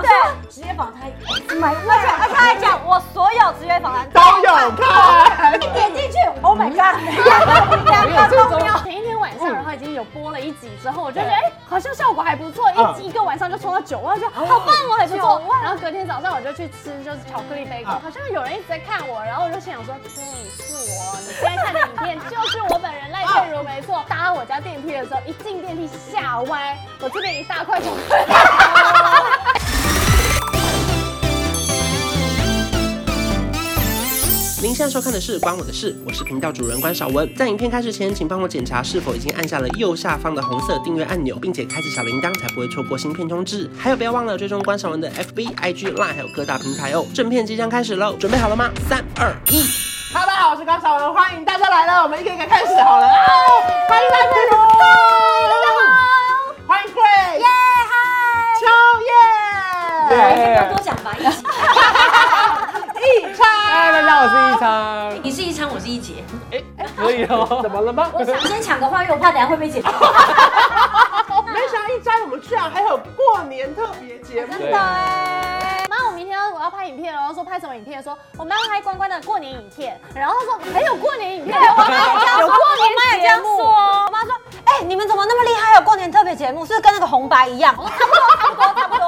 说职业访谈，My，而且而且还讲我所有职业访谈都有看，一点进去，Oh my God！嗯两没有个这都没有种。前一天晚上，嗯然后已经有播了一集之后，我就觉对得哎、好像效果还不错，一集嗯一个晚上就冲到九万，我就觉得好棒哦，还不啊九啊错。然后隔天早上我就去吃就是巧克力杯糕，嗯好像有人一直在看我，然后我就心想说，对，是我，你现在看的影 片就是我本人赖啊佩如，没错。搭我家电梯的时候，一进电梯吓歪，我这边一大块巧克 力。您现在收看的是《关我的事》，我是频道主人关少文。在影片开始前，请帮我检查是否已经按下了右下方的红色订阅按钮，并且开启小铃铛，才不会错过新片通知。还有，不要忘了追踪关少文的 FB、IG、Line，还有各大平台哦。正片即将开始喽，准备好了吗？三、二、一。哈喽，大家好，我是高小文，欢迎大家来了，我们一个一个开始好了，啊欢迎来宾，大家好，欢迎 Grace，耶，嗨，秋叶，不要多讲吧，一起。一昌，嗨，大家好，我是一昌。哎你是一昌，我是一杰。可以哦，怎么了吗？我想先抢个话，因为我怕等下会被剪掉。没想到一斋我们居然还有过年特别节目，对真的哎，妈，我明天要我要拍影片了，然后说拍什么影片？说我们要拍关关的过年影片，然后她说还有过年影片，我妈也这样有说，过年我妈也这这样样说说，哦，我妈说，哎、你们怎么那么厉害？有过年特别节目，是不是跟那个红白一样？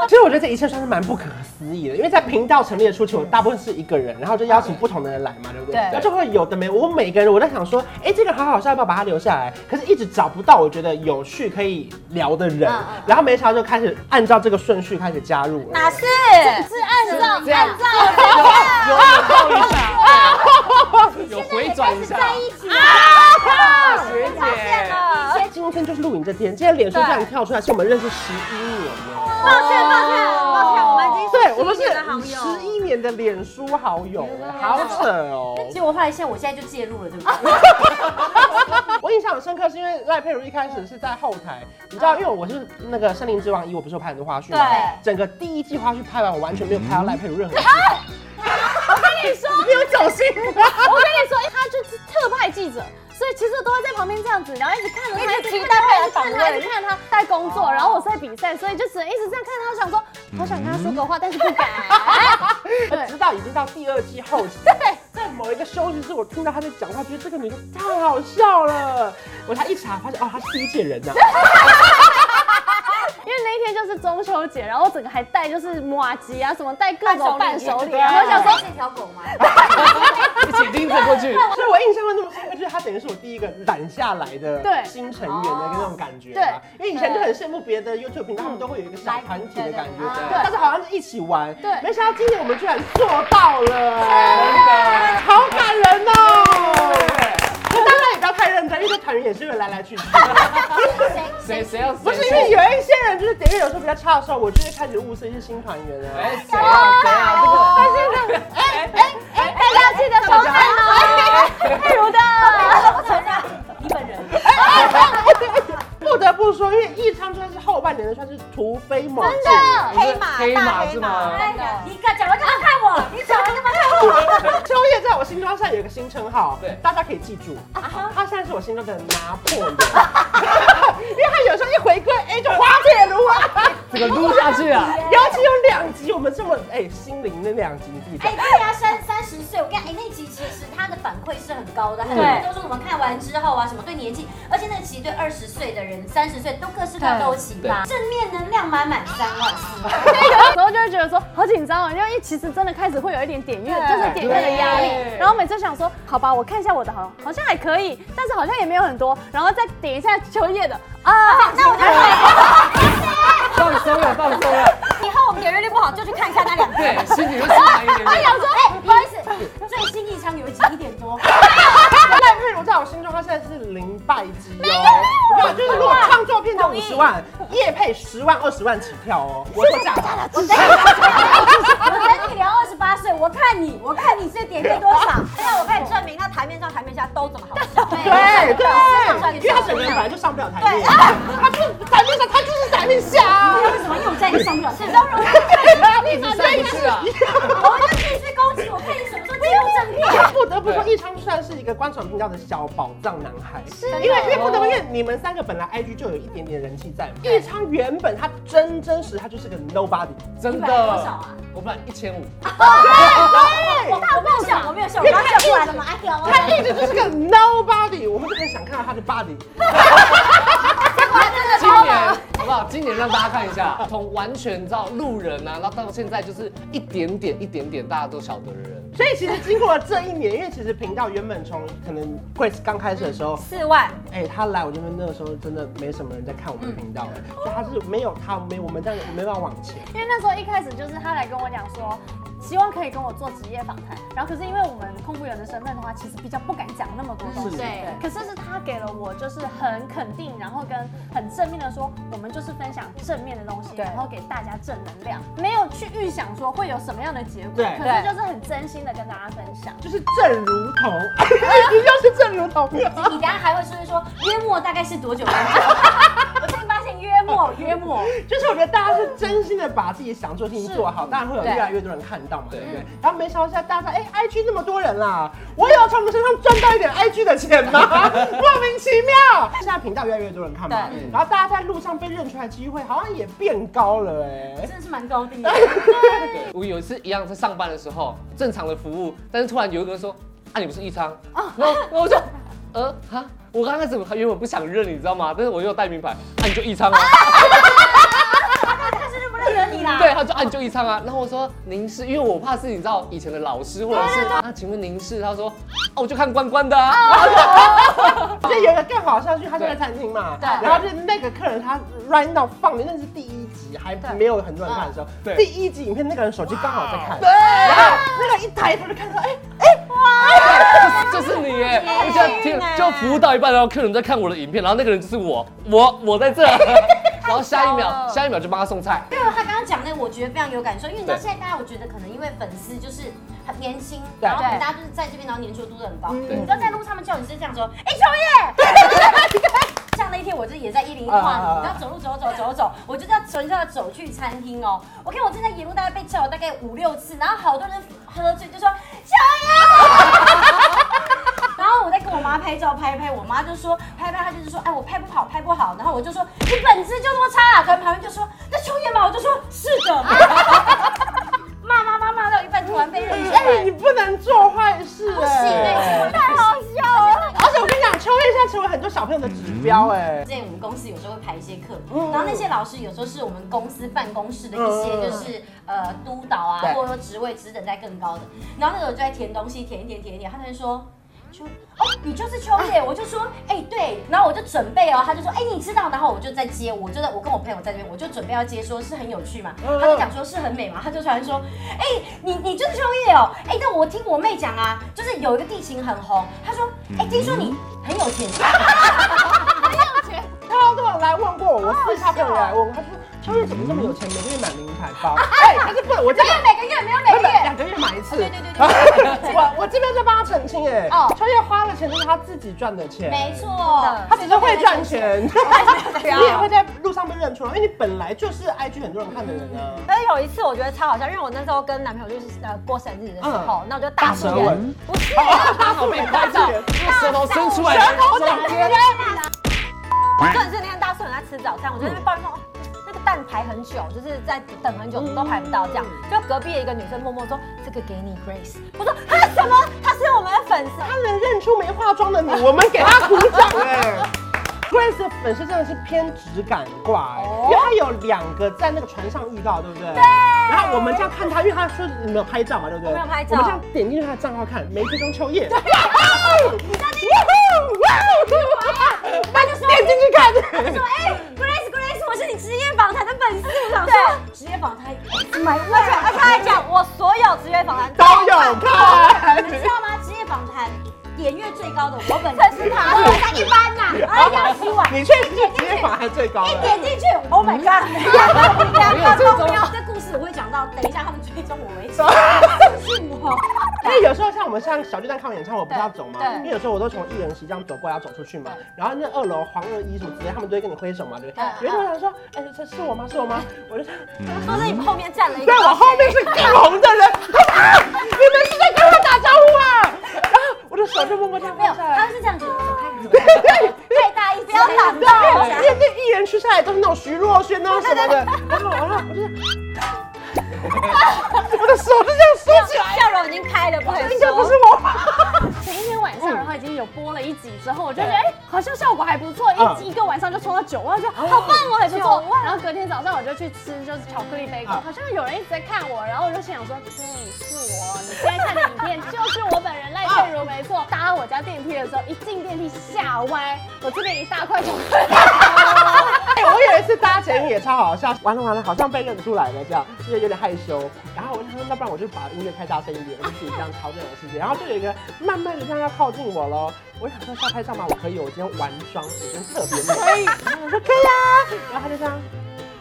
其实我觉得这一切算是蛮不可思议的，因为在频道成立的初期，我大部分是一个人，然后就邀请不同的人来嘛，对不对对？然后就会有的没，我每个人我在想说，哎，这个人好好笑，要不要把他留下来？可是一直找不到我觉得有趣可以聊的人，然后没想到就开始按照这个顺序开始加入了。哪是？是按照这样按照有有扣一下，有回转一下。啊，学姐，现在今天就是录影这天，今天脸书这样跳出来，是我们认识十一年了。抱歉，抱歉，抱歉，我们已经对，我们是11年的好友十一年的脸书好友，好扯哦。结果后来现在，我现在就介入了，对不对？ 我印象很深刻，是因为赖佩如一开始是在后台，你知道，因为我是那个《森林之王一》，我不是有拍很多花絮吗对？整个第一季花絮拍完，我完全没有拍到赖佩如任 何。我跟你说，你有走心吗？我跟你说，他就是特派记者。所以其实都会在旁边这样子，然后一直看着他，一直期看待被他，一直看人访他，问一直看他在工作，然后我是在比赛，所以就只能一直这样看他，想说好想跟他说个话，但是不敢。对直到已经到第二季后 期，在某一个休息室，我听到她在讲话，觉得这个女的太好笑了。我才一查发现，哦，她是第一届人呐、因为那一天就是中秋节，然后我整个还带就是马吉啊什么，带各种伴手礼啊，我我想想说说这条 狗吗？一起拎着过去。 所以我印象会那么深刻，就是她等于是我第一个揽下来的对新成员的那种感觉吧。因为以前就很羡慕别的 YouTube 频道，他们都会有一个小团体的感觉，对但是好像是一起玩。对没想到今年我们居然做到了，好感人哦！那当然也不要太认真，因为这团员也是会来来去去。谁谁要 不谁？是因为有一些人就是点阅有时候比较差的时候，我就会开始物色一些新团员了。哎，谁啊谁啊？这个哎，大家记得收看哦，佩如的。我承认，你本人。不得不说，因为艺昌算是后半年的算是突飞猛进，黑马黑大马黑是马吗？哎呀，你敢讲完就不看我，你讲完就不看我。 秋叶在我心中现在有一个新称号，对大家可以记住，啊他现在是我心中的拿破仑，因 为他有时候一回归，哎，就滑铁卢啊，这个撸下去啊！尤其有两集我们这么哎心灵那两集，你自己讲哎，对呀，三三十岁，我跟你讲，哎，那集其实他的反馈是很高的，很多人都说我们看完之后啊，什么对年纪，而且那集对二十岁的人、三十岁都各式各样都有启发，正面能量满满三万四。有时候就会觉得说好紧张哦，因为其实真的开始会有一点点阅，就是点阅的压力。然后每次想说，好吧，我看一下我的好，好像还可以，但是好像也没有很多，然后再点一下秋叶的啊，那我就放松了，放松了。以后我们点阅率不好就去看一下那两个。对，心里会舒坦一 点点。想说，哎，不好意思，最新一场有集一点多， 赖佩如在我心中，她现在是零败绩哎哦。没有，就是如果创作片就五十万，业配十万、二十万起跳哦。我说假的，我等你，我等你聊二十八岁，我看你，我看你是点阅多少。那我可以证明，那台面上、台面下都这么好笑。对对，对因为她整个人本来就上不了台面，她就是台面上，她就是台面下。为什么又在上不了？始终如一。一直上不去啊！我们就继续攻击，我看你什么时候进入正片。不得不说，一昌算是一个观赏频道的小宝藏男孩，是因为因为不得不因为你们三个本来 IG 就有一点点人气在嘛。一昌原本他真真实他就是个 nobody，真你本来多少的啊，我本来一千五，我我没有笑，我没有笑，我刚刚笑出来了嘛。哎呀，我他一直就是个 nobody，我们就很想看到他的 body。哦今年好不好？今年让大家看一下， 从完全到路人啊，然后到现在就是一点点一点点大家都晓得的人，所以其实经过了这一年，因为其实频道原本从可能 Grace 刚开始的时候，四万，哎、他来我这边那个时候真的没什么人在看我们频道的，所以他是没有他没我们这样没办法往前。因为那时候一开始就是他来跟我讲说，希望可以跟我做职业访谈，然后可是因为我们空服员的身份的话，其实比较不敢讲那么多东西。对可是是他给了我就是很肯定，然后跟很正面的说，我们就是分享正面的东西，对然后给大家正能量，没有去预想说会有什么样的结果，对可是就是很真心的跟大家分享。就是正如同， 哎你就是正如同。你等下还会是不是说约莫大概是多久？我最近发现约莫约莫，就是我觉得大家是真心的把自己想做的事情做好，当然会有越来越多人看到嘛，对不对？然后没想到现在大家哎、i g 那么多人啦，我也要从我们身上赚到一点 IG 的钱 吗？莫名其妙。现在频道越来越多人看嘛，嗯然后大家在路上被认出来的机会好像也变高了哎、真的是蛮高低的。对我有一次一样在上班的时候，正常的服务，但是突然有一个人说：“啊，你不是一昌？”哦然后然后我就，呃，哈，我刚开始原本不想认，你知道吗？但是我又带名牌，啊，你就一昌啊。他是认不认得你啦？对，他就啊你就一唱啊，然后我说您是，因为我怕是你知道以前的老师或者是啊，请问您是？他说哦，我就看关关的哦啊，就有一个更好笑的是，他是在餐厅嘛，对然后就是那个客人他 run 到放的，那是第一集还没有很多人看的时候，对第一集影片那个人手机刚好在看，对，然后那个一抬头就看到，哎、 就是就是你耶，我这样听就服务到一半，然后客人在看我的影片，然后那个人就是我，我我在这，然后下一秒哦下一秒就帮他送 菜，因为他刚刚讲那个，我觉得非常有感受，因为你知道对现在大家，我觉得可能因为粉丝就是很年轻，对然后大家就是在这边，然后粘稠度都很高。对你知道在路上他们叫你是这样说：“哎，秋叶。” 像那一天，我就也在一零一跨年，你啊知道走路走走走走，我就这样纯粹的走去餐厅哦。我看我正在沿路大概被叫了大概五六次，然后好多人喝醉就说秋叶。然后我在跟我妈拍照，拍一拍，我妈就说拍一拍，她就是说，哎，我拍不好，拍不好。然后我就说，你本质就那么差、啊。可能旁边就说，那秋叶嘛，我就说是的。 骂骂骂骂到一半，突然被认出来，哎、你不能做坏事、不行哎、太好笑了。而且我跟你讲，秋叶现在成为很多小朋友的指标哎、之前我们公司有时候会排一些课，然后那些老师有时候是我们公司办公室的一些嗯嗯就是呃督导啊对，或者说职位职等在更高的。然后那个我就在填东西，填一填填一填，他们说。就哦，你就是秋 叶，我就说，哎、对，然后我就准备哦，他就说，哎、你知道，然后我就在接，我就在，我跟我朋友在这边，我就准备要接说，是很有趣嘛，嗯他就讲说是很美嘛，他就突然说，哎、你你就是秋叶哦，哎、但我听我妹讲啊，就是有一个地勤很红，她说，哎、听说嗯你很有钱，超多人来问过我，我私下朋友来问我，他说秋叶怎么这么有钱，每个月买名牌包？哎、他是不，我这没有每个月，没有每他个月每。两个月买一次。对对对对我我这边就帮他澄清哎、哦秋叶花的钱都是他自己赚的钱，没错，他只是会赚钱，你也会在路上被认出来，因为你本来就是 IG 很多人看的人啊。而有一次我觉得超好笑，因为我那时候跟男朋友就是呃过生日的时候，嗯那我就大大舌吻，不是，刚好被拍到，那舌头哎伸出来，真的是那天大叔很在吃早餐，我就在那边抱怨说。哦那个蛋排很久，就是在等很久都排不到，这样。嗯就隔壁的一个女生默默说：“这个给你 Grace。”我说：“啊什么？她是我们的粉丝。他能认出没化 妆的你，我们给他鼓掌哎。Grace 的粉丝真的是偏质感挂哎、哦因为他有两个在那个船上遇到，对不对？对。然后我们这样看他，因为他说你没有拍照嘛，对不对？我没有拍照我们这样点进去他的账号看，没追踪秋叶。他就说点进去看，说，哎，Grace Grace，我是你职业访谈的粉丝，我想说职业访谈买位，而且而且她还讲我所有职业访谈都有看你。知道吗？职业访谈点阅最高的我本这是她我才一般呐，啊，要洗碗，你确实是职业法还最高一 的。点进去，Oh my god，两这个种目标，这故事我会讲到，等一下他们追踪我为止，私信 我。因为有时候像我们像小巨蛋看完演唱会，我不是要走嘛，对因为有时候我都从艺人席这样走过来要走出去嘛，然后那二楼黄二一什么之类，他们都会跟你挥手嘛，对不对？有时候想说，哎、这是我吗？是我吗？我就想，说是你后面站了一个 在，我后面是更红的人，他说啊，你们是在跟我打招呼啊？然后问过他没有，放下来他是这样子，走开，走 开太大意，不要挡到对，因为那艺人出下来都是那种徐若瑄那种什么的，然后然后我就是， 我的手就这样缩起来，笑容已经开了，不能应该不说是。我吧。前一天晚上，然后已经有播了一集之后，我就觉得哎，好像效果还不错，一集一个晚上就冲到九万，我就好棒哦，还不错。然后隔天早上我就去吃就是巧克力杯糕，好像有人一直在看我，然后我就心想说，对，是我，你现在看的影片就是我本人赖佩如，没错。搭我家电梯的时候，一进电梯吓歪，我这边一大块巧克力。 哎，我有一次搭捷运也超好笑，完了完了，好像被认出来了，这样就是有点害羞。然后我就想说，那不然我就把音乐开大声一点，我就自己这样调整我自己。然后就有一个慢慢的这样要靠近我喽，我想说是要拍照吗？我可以，我今天完妆，我今天特别美。然后我说可以啊，然后他就这样，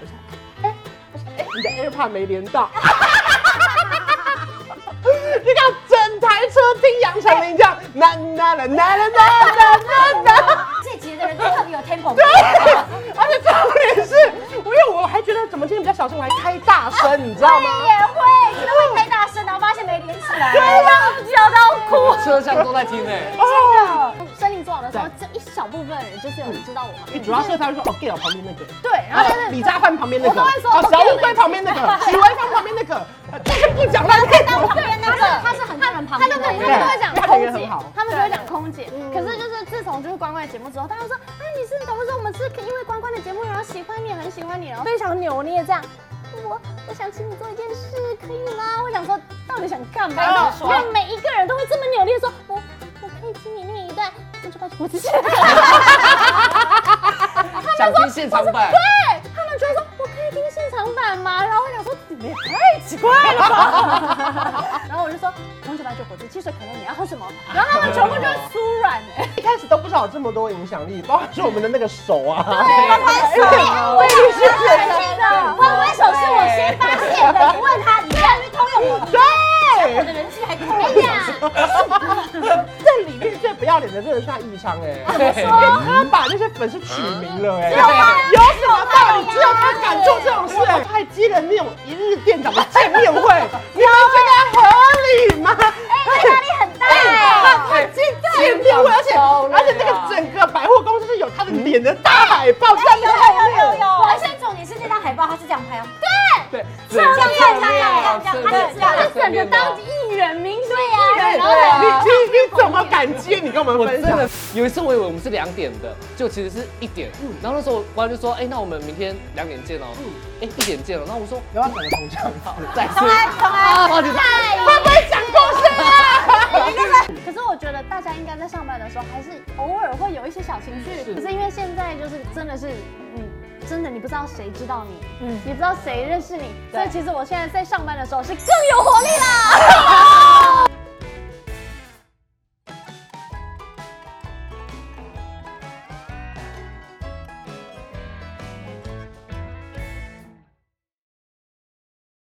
我说哎，我说哎，你的 AirPod 没连到。就像整台车听杨丞琳这样，啦啦啦啦啦啦啦啦啦。这节的人都特别有 tempo，而且重点是，因为我还觉得怎么今天比较小声，我还开大声，你知道吗？也会，真的会开大声，然后发现没连起来。笑到哭。车厢都在听哎，哦，森林之王的时候，只有一小部分人就是有知道我嘛。主要是他会说哦 gay 旁边那个，对，然后但是李佳焕旁边那我个，都会说哦哦小乌龟旁边那个，许维芳旁边那个，呃就是不讲烂太多。对那个他是很多人旁他边就的跟人，他们都会讲对空他人姐很好，他们都会讲空姐。可是就是自从就是关关的节目之后，大家都说啊你是董事，我们是因为关关的节目然后喜欢你，很喜欢你，然后非常扭捏这样。我我想请你做一件事，可以吗？我想说，到底想干嘛？没有说没有每一个人都会这么扭捏说，我我可以请你念一段，那就把我自己。想听现场版，哦对哎他们就会说，我可以听现场版吗？然后我想说，你们也太奇怪了吧。然后我就说，红酒、白酒、果汁、汽水、可乐，你要喝什么？然后他们全部就会酥软哎、一开始都不知道有这么多影响力，包括说我们的那个手啊，我也是很清的，关关手是我先发现的，你问他，你看去偷用我的，对我，的人气还可哎以呀。这里面最不要脸的真的是他易昌哎，因对为他把那些粉丝取名了哎，有什么道理？只有他敢做这种事哎，他还接了那种一日店长的见面会，你们这个合理吗？他压力很大哎。他接见面会，而且而且那个整个百货公司是有他的脸的大海报在有有有有有，而且重点是那张海报他是这样拍哦，对，这样这样这样啊这样这样，他他是是整个当艺人明星艺人，然后那里，哎你你你怎么敢接？你跟我我们真分享的。有一次，我以为我们是两点的，就其实是一点。嗯然后那时候关就说：“哎，那我们明天两点见哦。”嗯哎，一点见了。然后我说你要不要整个同场？：“再重次。来重来，啊”就会不会讲故事啊？你那个可是我觉得大家应该在上班的时候，还是偶尔会有一些小情绪。可是因为现在就是真的是你。真的，你不知道谁知道你，嗯，你不知道谁认识你，所以其实我现在在上班的时候是更有活力啦。